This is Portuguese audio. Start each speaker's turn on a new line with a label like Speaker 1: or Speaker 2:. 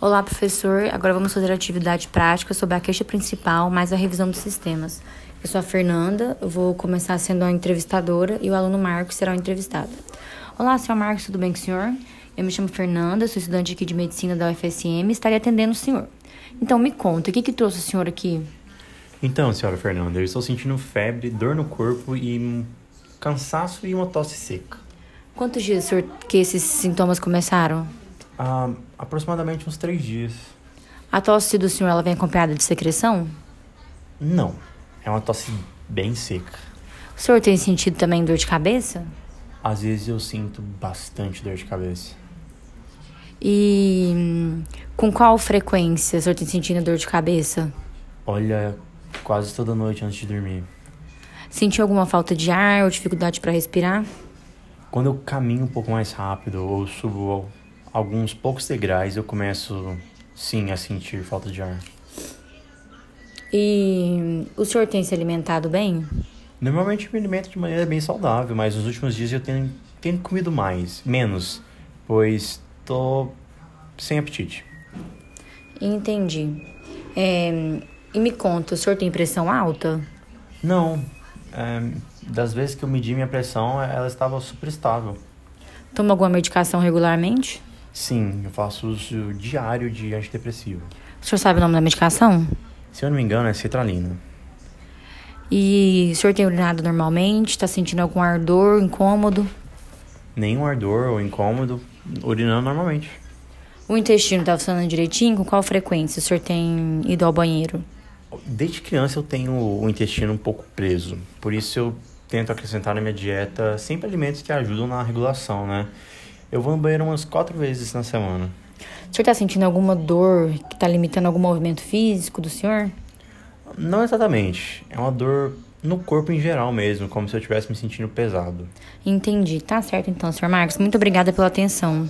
Speaker 1: Olá, professor. Agora vamos fazer a atividade prática sobre a queixa principal mais a revisão dos sistemas. Eu sou a Fernanda, eu vou começar sendo a entrevistadora e o aluno Marcos será o entrevistado. Olá, senhor Marcos, tudo bem com o senhor? Eu me chamo Fernanda, sou estudante aqui de medicina da UFSM e estarei atendendo o senhor. Então, me conta, o que, que trouxe o senhor aqui?
Speaker 2: Então, senhora Fernanda, eu estou sentindo febre, dor no corpo e um cansaço e uma tosse seca.
Speaker 1: Quantos dias, senhor, que esses sintomas começaram?
Speaker 2: Há aproximadamente uns três dias.
Speaker 1: A tosse do senhor, ela vem acompanhada de secreção?
Speaker 2: Não, é uma tosse bem seca.
Speaker 1: O senhor tem sentido também dor de cabeça?
Speaker 2: Às vezes eu sinto bastante dor de cabeça.
Speaker 1: E hum, com qual frequência o senhor tem sentido dor de cabeça?
Speaker 2: Olha, quase toda noite antes de dormir.
Speaker 1: Sentiu alguma falta de ar ou dificuldade para respirar?
Speaker 2: Quando eu caminho um pouco mais rápido ou subo al- alguns poucos degraus, eu começo sim a sentir falta de ar.
Speaker 1: E hum, o senhor tem se alimentado bem?
Speaker 2: Normalmente eu me alimento de maneira bem saudável, mas nos últimos dias eu tenho, tenho comido mais, menos, pois tô sem apetite.
Speaker 1: Entendi. É, e me conta, o senhor tem pressão alta?
Speaker 2: Não, é, das vezes que eu medi minha pressão, ela estava super estável.
Speaker 1: Toma alguma medicação regularmente?
Speaker 2: Sim, eu faço uso diário de antidepressivo.
Speaker 1: O senhor sabe o nome da medicação?
Speaker 2: Se eu não me engano, é citralina.
Speaker 1: E o senhor tem urinado normalmente? Está sentindo algum ardor, incômodo?
Speaker 2: Nenhum ardor ou incômodo, urinando normalmente.
Speaker 1: O intestino está funcionando direitinho? Com qual frequência o senhor tem ido ao banheiro?
Speaker 2: Desde criança eu tenho o intestino um pouco preso, por isso eu tento acrescentar na minha dieta sempre alimentos que ajudam na regulação, né? Eu vou no banheiro umas quatro vezes na semana.
Speaker 1: O senhor está sentindo alguma dor que está limitando algum movimento físico do senhor?
Speaker 2: Não exatamente, é uma dor no corpo em geral mesmo, como se eu estivesse me sentindo pesado.
Speaker 1: Entendi. Tá certo então, senhor Marcos. Muito obrigada pela atenção.